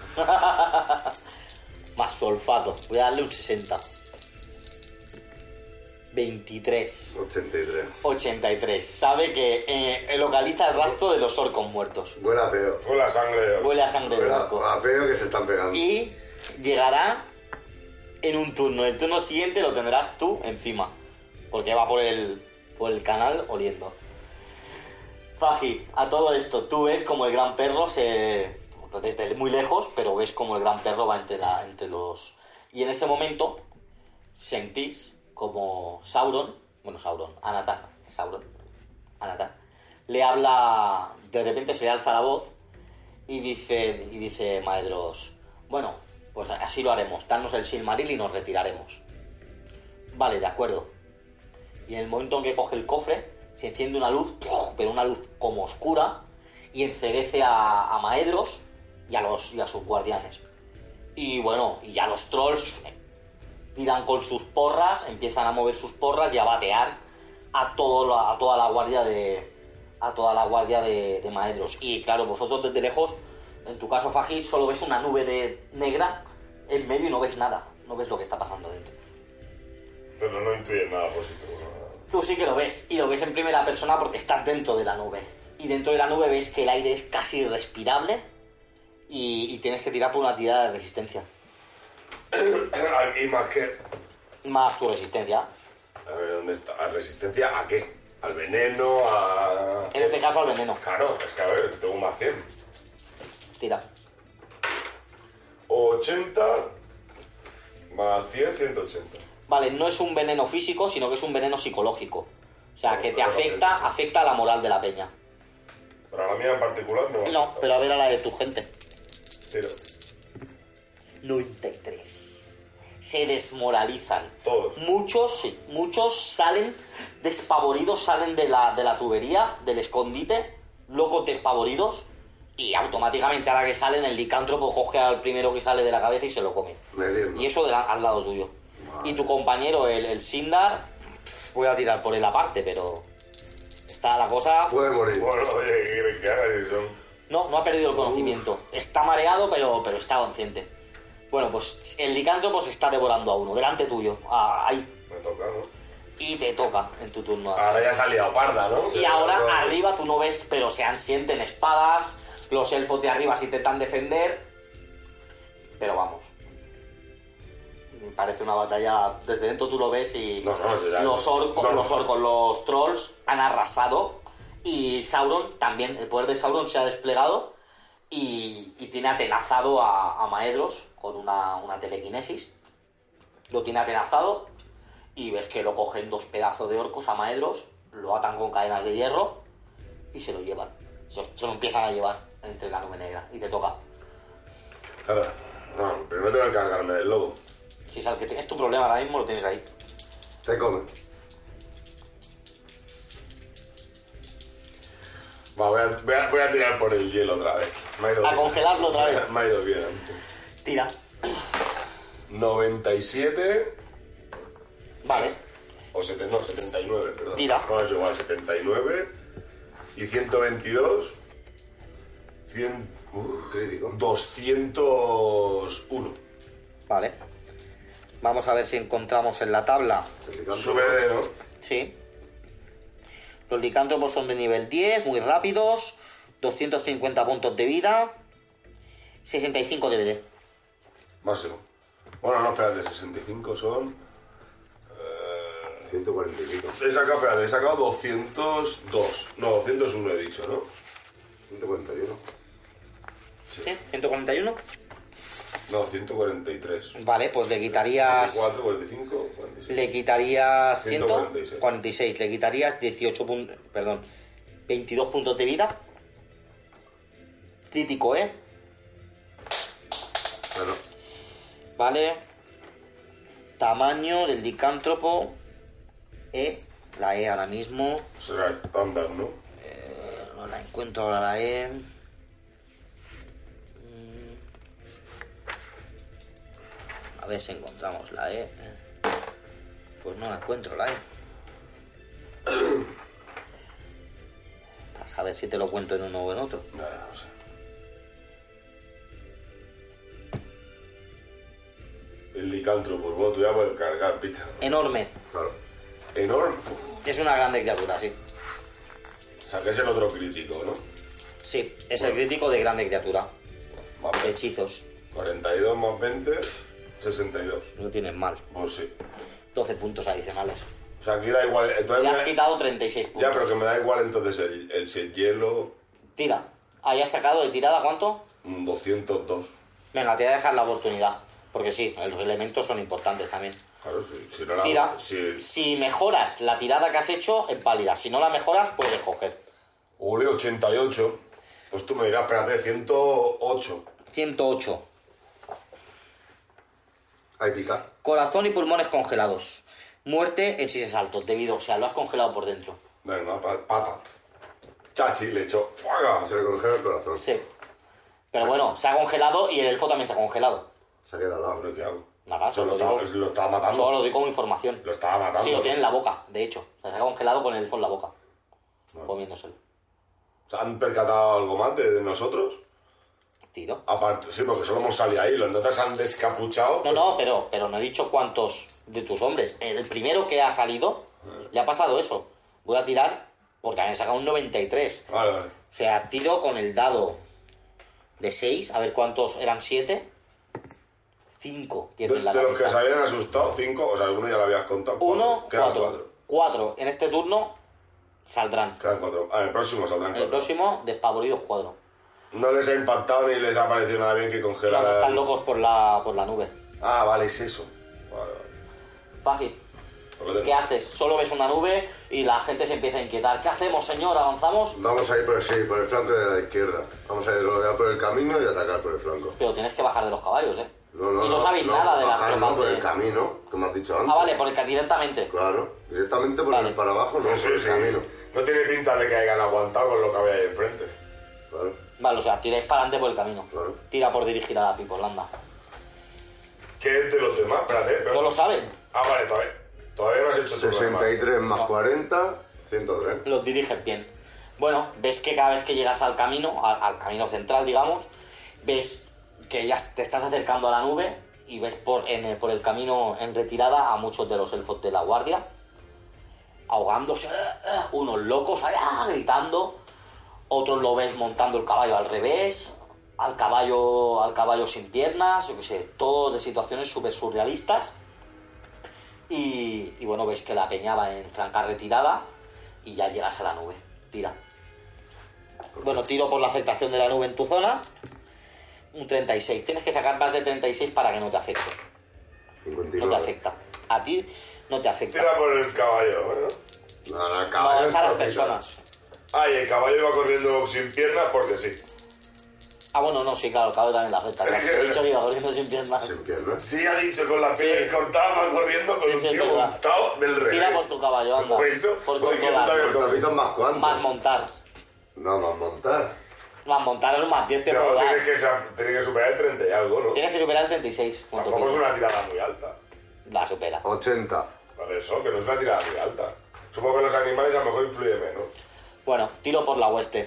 Más su olfato. Voy a darle un 60. 23.
83.
83. Sabe que eh, localiza el rastro de los orcos muertos.
Huele a peo.
Con la sangre de
Huele a sangre de
Huele
orco.
a, a peo que se están pegando.
Y llegará en un turno. El turno siguiente lo tendrás tú encima. Porque va por el, por el canal oliendo. Faji, a todo esto, tú ves como el gran perro se. desde muy lejos, pero ves como el gran perro va entre, la, entre los. Y en ese momento sentís como Sauron, bueno, Sauron, Anatar, Sauron, Anatar, le habla. De repente se le alza la voz y dice, y dice Maedros, bueno, pues así lo haremos, darnos el Silmaril y nos retiraremos. Vale, de acuerdo. Y en el momento en que coge el cofre, se enciende una luz, pero una luz como oscura, y enceguece a, a Maedros y a, los, y a sus guardianes. Y bueno, y ya los trolls tiran con sus porras, empiezan a mover sus porras y a batear a, todo la- a toda la guardia de a toda la guardia de, de maedros. Y claro, vosotros desde lejos, en tu caso Faji, solo ves una nube de negra en medio y no ves nada, no ves lo que está pasando dentro.
Pero no intuye nada pues, positivo. nada.
Tú sí que lo ves, y lo ves en primera persona porque estás dentro de la nube. Y dentro de la nube ves que el aire es casi irrespirable y, y tienes que tirar por una tirada de resistencia.
y más que.
Más tu resistencia.
A ver, ¿dónde está? ¿A resistencia a qué? ¿Al veneno? ¿A.?
En este caso al veneno.
Claro, es que a ver, tengo un más 100.
Tira.
80 más 100, 180.
Vale, no es un veneno físico, sino que es un veneno psicológico. O sea, que te
Pero,
afecta,
sí.
afecta a la moral de la peña.
Pero a la mía en particular no.
No, pero a ver a la de tu gente.
Tiro.
93. Se desmoralizan.
Todos.
Muchos, sí, muchos salen despavoridos, salen de la, de la tubería, del escondite, locos despavoridos, y automáticamente a la que salen el licántropo coge al primero que sale de la cabeza y se lo come.
Meriendo.
Y eso de la- al lado tuyo. Y tu compañero, el, el Sindar, pf, voy a tirar por él aparte, pero está la cosa...
Puede morir.
Bueno, oye, ¿qué quieres que haga? Si son-
No, no ha perdido el conocimiento. Está mareado, pero, pero está consciente. Bueno, pues el licántropo se está devorando a uno, delante tuyo. a- ahí.
Me toca, ¿no?
Y te toca en tu turno.
Ahora ya se ha liado parda, ¿no?
y ahora arriba tú no ves, pero se han sienten espadas. Los elfos de arriba se intentan defender. Pero vamos. Me Parece una batalla. Desde dentro tú lo ves y.
No, no, sí, ya.
los orcos,
No, no.
los orcos, los trolls han arrasado. Y Sauron también, el poder de Sauron se ha desplegado. Y, y tiene atenazado a, a Maedros con una, una telequinesis. Lo tiene atenazado. Y ves que lo cogen dos pedazos de orcos a Maedros. Lo atan con cadenas de hierro. Y se lo llevan. Se, se lo empiezan a llevar entre la nube negra. Y te toca.
Ahora. No, primero tengo que encargarme del lobo.
Si es, al que te- es tu problema ahora mismo, lo tienes ahí.
Te comen.
Va, voy a, voy a- voy a tirar por el hielo otra vez. Me ha ido
A
bien.
congelarlo otra vez.
Me ha ido bien antes.
Tira.
97
Vale.
o 70, no, 79, perdón.
Tira.
No, es igual, 79 y 122. 100, uh,
Crítico.
201.
Vale. Vamos a ver si encontramos en la tabla.
Subedero.
Sí. Los licántropos son de nivel 10, muy rápidos. 250 puntos de vida. 65 de BD.
Máximo. Bueno, no, espérate, 65 son. eh,
140 y pico.
He sacado, espérate, he sacado 202. No, 201 he dicho, ¿no?
141.
¿Sí? 141.
No, 143.
Vale, pues le quitarías.
4, 45, 46.
Le quitarías
146.
146. Le quitarías 18 puntos. Perdón. 22 puntos de vida. Crítico, ¿eh?
Bueno,
Vale. Tamaño del dicántropo. E. La E ahora mismo.
será estándar, ¿no?
No la encuentro ahora la E. Mm. A ver si encontramos la E. Pues no la encuentro la E. Para saber si te lo cuento en uno o en otro.
Nada, no sé. El licántropo, bueno, tú ya vas a cargar, picha.
Enorme.
Claro. Enorme.
Es una grande criatura, sí.
O sea, que es el otro crítico, ¿no?
Sí, es el crítico de grande criatura.
Más
De
20.
hechizos.
42 más 20, 62.
No tienes mal.
Pues sí.
12 puntos adicionales.
O sea, aquí da igual. Entonces
Le has
me-
quitado 36 puntos.
Ya, pero que me da igual entonces el, el si es hielo,
Tira. ¿Hayas sacado de tirada cuánto?
un 202.
Venga, te voy a dejar la oportunidad. Porque sí, los elementos son importantes también.
Claro, si, si no la
Tira.
Si,
Si mejoras la tirada que has hecho, es válida. Si no la mejoras, puedes coger.
ole 88, pues tú me dirás, espérate, 108.
108.
Hay picar.
Corazón y pulmones congelados. Muerte en siete saltos, debido. O sea, lo has congelado por dentro.
Venga, pa- pata. Chachi le echó. ¡Fuaga!
Se le congela el corazón.
Sí. Pero bueno, se ha congelado y el elfo también se ha congelado.
Se ha quedado al lado.
Ahora, ¿qué hago?
Nada,
Eso
solo
lo,
digo-
estaba, lo estaba
Solo
matando.
lo digo como información.
Lo estaba matando.
Sí, lo tiene en la boca, de hecho. O sea, se ha congelado con el elfo en la boca. Comiéndoselo.
¿Se han percatado algo más de, de nosotros?
Tiro.
Aparte, sí, porque solo hemos salido ahí. Los notas se han descapuchado.
No, no, pero, pero no he dicho cuántos de tus hombres. El primero que ha salido Le ha pasado eso. Voy a tirar porque me han sacado un 93.
Vale, vale.
O sea, tiro con el dado de 6, a ver cuántos eran 7. 5
De,
tiene en la
de los que se
cabeza.
habían asustado, cinco, o sea, alguno ya lo habías contado. cuatro.
1,
Quedan
4. 4. En este turno saldrán.
Quedan cuatro. Ah, en el próximo saldrán
En el
cuatro.
próximo, despavoridos cuadro.
No les ha impactado ni les ha parecido nada bien que
No,
congelaran.
están locos por la, por la nube.
Ah, vale, es eso. Vale, vale.
Fácil.
Lo que tengo.
¿Qué haces? Solo ves una nube y la gente se empieza a inquietar. ¿Qué hacemos, señor? ¿Avanzamos?
Vamos a ir por el, sí, por el flanco de la izquierda. Vamos a ir rodear por el camino y atacar por el flanco.
Pero tienes que bajar de los caballos, ¿eh?
No, no,
y no, sabéis nada de las
bajar,
tropas
no, por
de-
el camino, que me has dicho antes.
Ah, vale, por el ca- directamente.
Claro, directamente por
Vale.
el, para abajo, no, por
Sí,
el
sí.
camino.
No tiene pinta de que hayan aguantado con lo que había ahí enfrente.
Claro.
Vale, o sea, tiráis para adelante por el camino.
Claro.
Tira por dirigir a la Pipolanda.
¿Qué es de los demás? Espérate, espérate.
¿No lo saben?
Ah, vale, todavía. Todavía no has hecho tu programa.
63 más 40, 103.
Los diriges bien. Bueno, ves que cada vez que llegas al camino, al, al camino central, digamos, ves que ya te estás acercando a la nube y ves por, en el, por el camino en retirada a muchos de los elfos de la guardia ahogándose, unos locos allá gritando, otros lo ves montando el caballo al revés, al caballo, al caballo sin piernas, yo qué sé, todo de situaciones súper surrealistas. Y, y bueno, ves que la peña va en franca retirada y ya llegas a la nube. Tira. Bueno, tiro por la afectación de la nube en tu zona. Un 36. Tienes que sacar más de 36 para que no te afecte. No te
59.
afecta. A ti no te afecta.
Tira por el caballo, bueno.
Nada,
No,
caballo.
es a las
no,
personas.
Ah, y el caballo iba corriendo sin piernas porque sí.
Ah, bueno, no, sí, claro, el caballo también la afecta. claro. He dicho que iba corriendo sin piernas.
Ah, Sin piernas.
Sí, ha dicho con las piernas cortadas, va corriendo con
Sí,
un
sí, es
tío
verdad.
montado del revés.
Tira por tu caballo, anda.
Por eso,
por
porque tú
controlar.
también-
Los capitos más cuántos.
Más montar.
No, más montar.
Más montar es un más 10 te
Pero
puedo dar.
tienes que, sa- tienes que superar el 30 y algo, ¿no?
Tienes que superar el 36. con tu
Tampoco es
pico.
una tirada muy alta.
La supera.
80.
Por eso, que no es una tirada muy alta. Supongo que los animales a lo mejor influye menos.
Bueno, tiro por la oeste.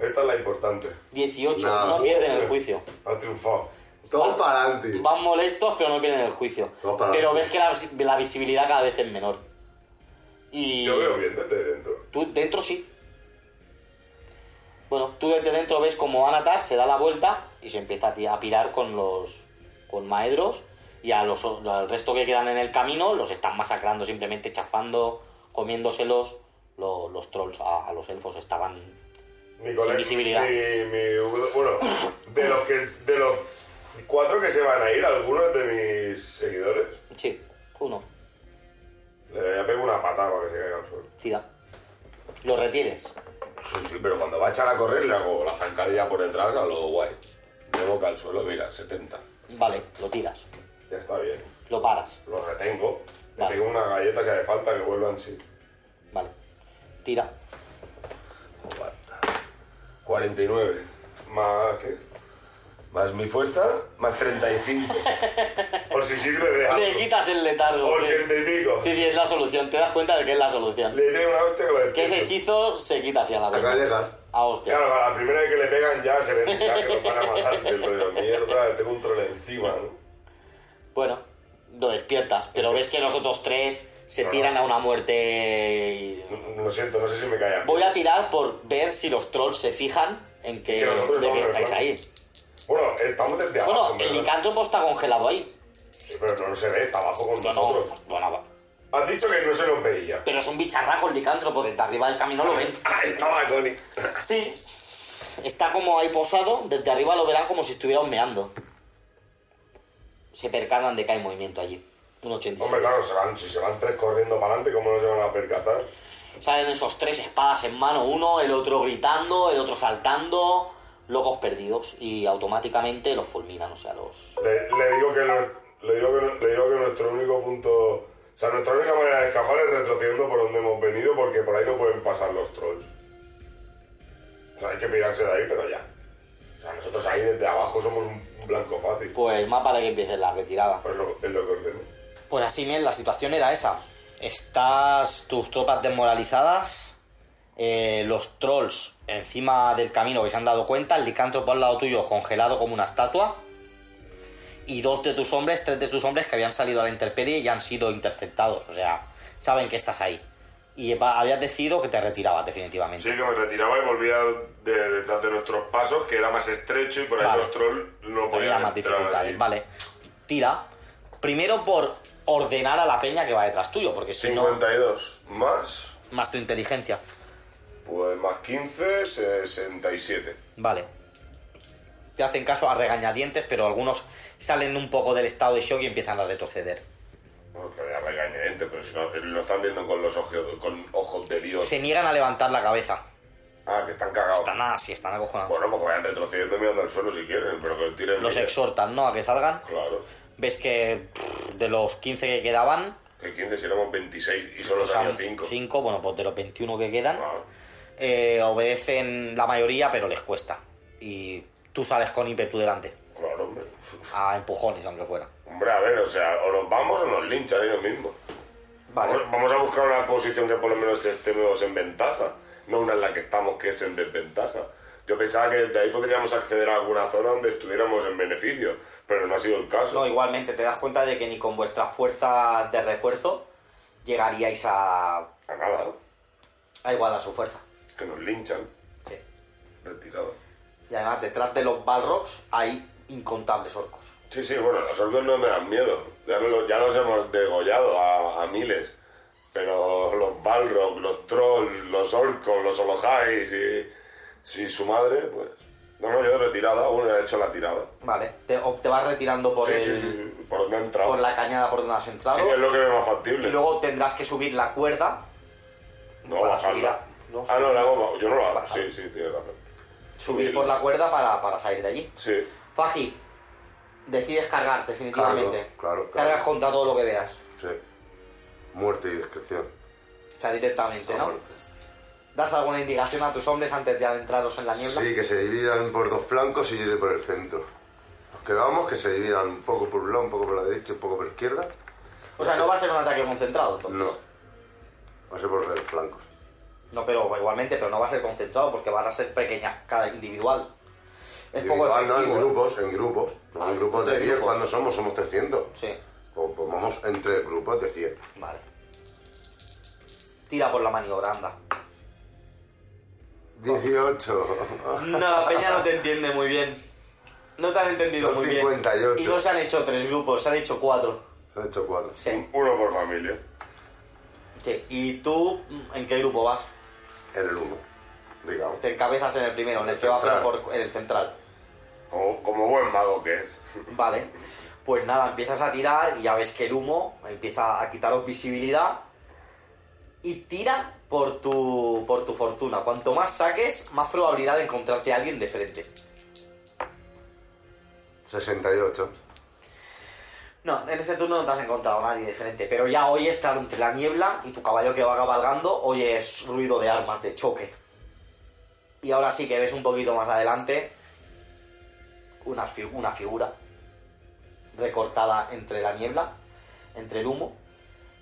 Esta es la importante.
18,
Nada.
no pierden el juicio.
Has triunfado.
Todo para adelante.
Van molestos, pero no pierden el juicio.
No, para
Pero
nada.
ves que la, visi- la visibilidad cada vez es menor. Y
Yo veo bien desde dentro.
tú dentro sí. Bueno, tú desde dentro ves como Anatar se da la vuelta y se empieza a ti- a pirar con los con maedros y a los o- al resto que quedan en el camino los están masacrando simplemente chafando, comiéndoselos lo- los, trolls a, a los elfos estaban
Mi colega.
visibilidad.
Mi, mi- bueno, de los, que, de los cuatro que se van a ir, algunos de mis seguidores,
sí, uno,
le ya pego una patada para que se caiga al suelo.
tira. Lo retienes.
Sí, sí, pero cuando va a echar a correr le hago la zancadilla por detrás a lo guay. De boca al suelo, mira, 70.
Vale, lo tiras.
Ya está bien.
Lo paras.
Lo retengo. Le
Vale.
pego una galleta si hace falta que vuelvan, sí.
Vale. Tira.
49. Más que. Más mi fuerza, más 35. Por si sirve de
Te
algo.
quitas el letargo. sí.
80 y pico.
Sí, sí, es la solución. Te das cuenta de que es la solución.
Le doy una hostia que lo
Que ese
despierto.
hechizo se quita así a la vez.
Acá llegar.
A hostia.
Claro, a la primera vez que le pegan ya se ven ya que lo van a matar. Del rollo, mierda, tengo un troll encima, ¿no?
Bueno, lo despiertas, pero ves que los otros tres se
No, no.
tiran a una muerte. y-
No- Lo siento, no sé si me callan.
Voy a tirar por ver si los trolls se fijan en que,
Que nosotros
de
no
que
nos
estáis
vemos.
ahí.
Bueno, estamos desde abajo.
Bueno, el
¿verdad?
licántropo está congelado ahí.
Sí, pero no se ve, está abajo con
No, no,
nosotros.
bueno, va.
Has dicho que no se nos veía.
pero es un bicharraco el licántropo, desde arriba del camino lo ven.
Ah, estaba Connie.
Sí. Está como ahí posado, desde arriba lo verán como si estuviera humeando. Se percatan de que hay movimiento allí. Un 85.
Hombre, Pues claro, se van, si se van tres corriendo para adelante, ¿cómo no se van a percatar?
Salen esos tres espadas en mano, uno, el otro gritando, el otro saltando, locos perdidos. Y automáticamente los fulminan, o sea, los.
Le, le digo que no- le, digo que no- le digo que nuestro único punto. O sea, nuestra única manera de escapar es retrocediendo por donde hemos venido, porque por ahí no pueden pasar los trolls. O sea, hay que pirarse de ahí, pero ya. O sea, nosotros ahí desde abajo somos un blanco fácil.
Pues más para que empiece la retirada.
Pues lo, es lo que ordeno.
Pues así, bien, la situación era esa. Estás tus tropas desmoralizadas, eh, los trolls encima del camino que se han dado cuenta, el licántropo al lado tuyo congelado como una estatua, y dos de tus hombres, tres de tus hombres que habían salido a la intemperie y han sido interceptados. O sea, saben que estás ahí. Y va- habías decidido que te retirabas definitivamente.
Sí, que me retiraba y volvía de- detrás de nuestros pasos, que era más estrecho y por ahí
Vale.
los trolls no
Tenía
podían
más
entrar
dificultades.
allí.
Vale, tira. Primero por ordenar a la peña que va detrás tuyo, porque si no,
52 más,
más tu inteligencia.
pues más 15, 67.
Vale. Te hacen caso a regañadientes, pero algunos salen un poco del estado de shock y empiezan a retroceder.
Bueno, que era regañadiente, pero si no, eh, lo están viendo con los ojos, con ojos de Dios.
Se niegan a levantar la cabeza.
Ah, que están cagados.
Están así, están acojonados.
Bueno, pues que vayan retrocediendo y mirando al suelo si quieren, pero que tiren.
Los
mira.
exhortan, ¿no? A que salgan.
Claro.
Ves que pff, de los 15 que quedaban,
Que 15 si éramos 26 y solo
o sea,
salió 5.
Pues cinco, bueno, pues de los 21 que quedan,
Ah,
eh, obedecen la mayoría, pero les cuesta. Y tú sales con ímpetu delante,
claro, hombre.
a empujones, aunque fuera.
Hombre, a ver, o sea, o nos vamos o nos linchan ellos mismos. Vamos- Vamos a buscar una posición que por lo menos estemos en ventaja, no una en la que estamos que es en desventaja. Yo pensaba que desde ahí podríamos acceder a alguna zona donde estuviéramos en beneficio, pero no ha sido el caso.
No, igualmente te das cuenta de que ni con vuestras fuerzas de refuerzo llegaríais a,
A nada, ¿no?
a igualar su fuerza.
que nos linchan.
Sí.
Retirado.
Y además, detrás de los Balrogs hay incontables orcos.
Sí, sí, bueno, los orcos no me dan miedo. Ya, me los, ya los hemos degollado a, a miles. Pero los Balrog, los Trolls, los Orcos, los Olojais y, si su madre, pues... No, no, yo de retirada, bueno, he hecho la tirada.
Vale, te, o te vas retirando por,
Sí,
el,
sí, sí, sí, por donde he entrado.
por la cañada por donde has entrado.
Sí, es lo que veo más
Y
factible.
luego tendrás que subir la cuerda,
no,
para
bajarla.
subir, no,
ah, no, la hago, yo no la hago.
Bajar.
Sí, sí, tienes razón.
subir
Subir.
por la cuerda para, para salir de allí.
Sí.
Faji, decides cargar definitivamente.
Cargo, claro,
Cargas
cargo.
contra todo lo que veas.
Sí. Muerte y discreción.
O sea, directamente, ¿no?
Muerte.
¿Das alguna indicación a tus hombres antes de adentraros en la niebla?
Sí, que se dividan por dos flancos y yo iré por el centro. Los que vamos, que se dividan un poco por un lado, un poco por la derecha y un poco por la izquierda.
O sea, no va a ser un ataque concentrado, entonces.
No. Va a ser por los flancos.
No, pero igualmente, pero no va a ser concentrado porque van a ser pequeñas cada individual. Es poco
Individual, no, en
efectivo. ¿eh?
grupos, en grupos. No,
Vale,
en grupos de
entonces
10,
grupos.
cuando somos? Somos 300.
Sí,
O, pues vamos entre grupos de 100.
vale. Tira por la maniobra, anda.
18.
No, la peña no te entiende muy bien. No te han entendido
Son
muy bien.
58.
Y no se han hecho tres grupos, se han hecho cuatro.
Se han hecho 4.
Sí.
Un- Uno por familia.
Sí. ¿Y tú en qué grupo vas?
En el 1, digamos.
Te encabezas en el primero, en el,
El
que va pero
central.
por en el central.
Como, como buen mago que es.
Vale. Pues nada, empiezas a tirar y ya ves que el humo empieza a quitaros visibilidad. Y tira por tu, por tu fortuna. Cuanto más saques, más probabilidad de encontrarte a alguien de frente.
68.
No, en ese turno no te has encontrado a nadie de frente. Pero ya oyes, claro, entre la niebla y tu caballo que va cabalgando, oyes ruido de armas, de choque. Y ahora sí que ves un poquito más adelante una, fi- una figura recortada entre la niebla, entre el humo,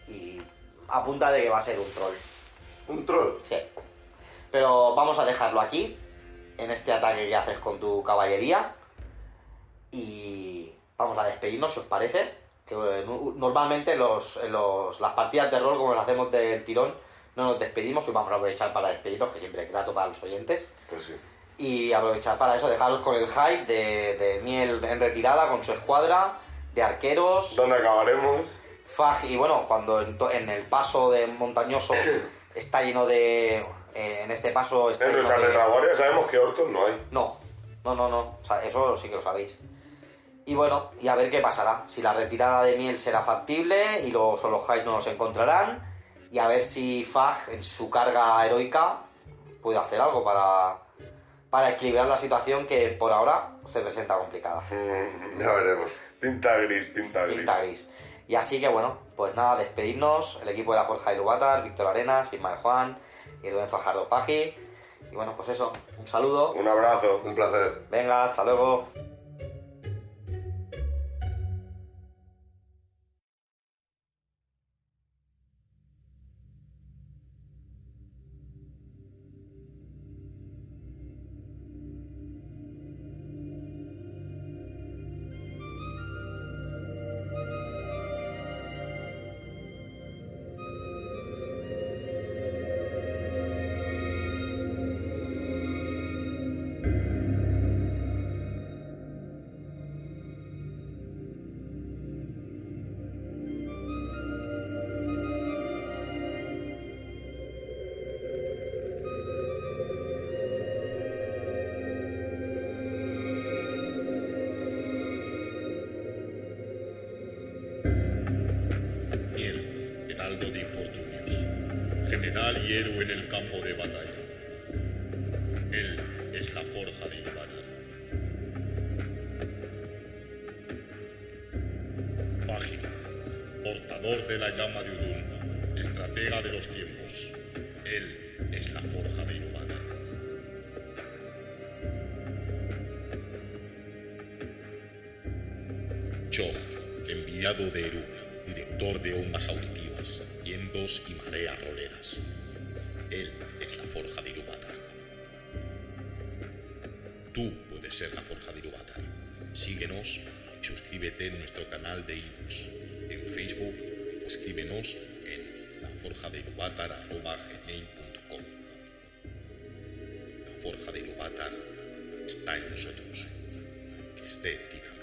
y apunta de que va a ser un troll.
Un troll.
Sí. Pero vamos a dejarlo aquí, en este ataque que haces con tu caballería. Y vamos a despedirnos, si os parece. Que eh, nu- normalmente los, en los- las partidas de rol, como las hacemos del tirón, no nos despedimos y vamos a aprovechar para despedirnos, que siempre es grato para los oyentes.
Pues sí.
Y aprovechar para eso, dejaros con el hype de, de Miel en retirada, con su escuadra, de arqueros.
¿Dónde acabaremos?
Faj, y bueno, cuando en, to- en el paso de montañoso está lleno de. eh, en este paso está
En
lleno
nuestra
de-
retaguardia sabemos que orcos no hay.
No, no, no, no. O sea, eso sí que lo sabéis. Y bueno, y a ver qué pasará. Si la retirada de miel será factible y los Olohais no nos encontrarán. Y a ver si Faj, en su carga heroica, puede hacer algo para, para equilibrar la situación que por ahora se presenta complicada.
Ya veremos.
Pinta gris, pinta gris.
Pinta gris. Y así que bueno, pues nada, despedirnos. El equipo de la Forja de Lubatar, Víctor Arenas, Ismael Juan, Irwin Fajardo Faji. Y bueno, pues eso, un saludo.
Un abrazo.
Un placer.
Venga, hasta luego.
general y héroe en el campo de batalla. Él es la forja de Ilúvatar. Página. Portador de la llama de Udun. Estratega de los tiempos. Él es la forja de Ilúvatar. Chog, enviado de Eru, director de ondas auditivas, vientos y mareas roleras. Él es la forja de Irubatar. Tú puedes ser la forja de Irubatar. Síguenos y suscríbete en nuestro canal de iVoox. En Facebook, escríbenos en laforjadeirubatar.com. La forja de Irubatar está en nosotros. Que esté en ti también.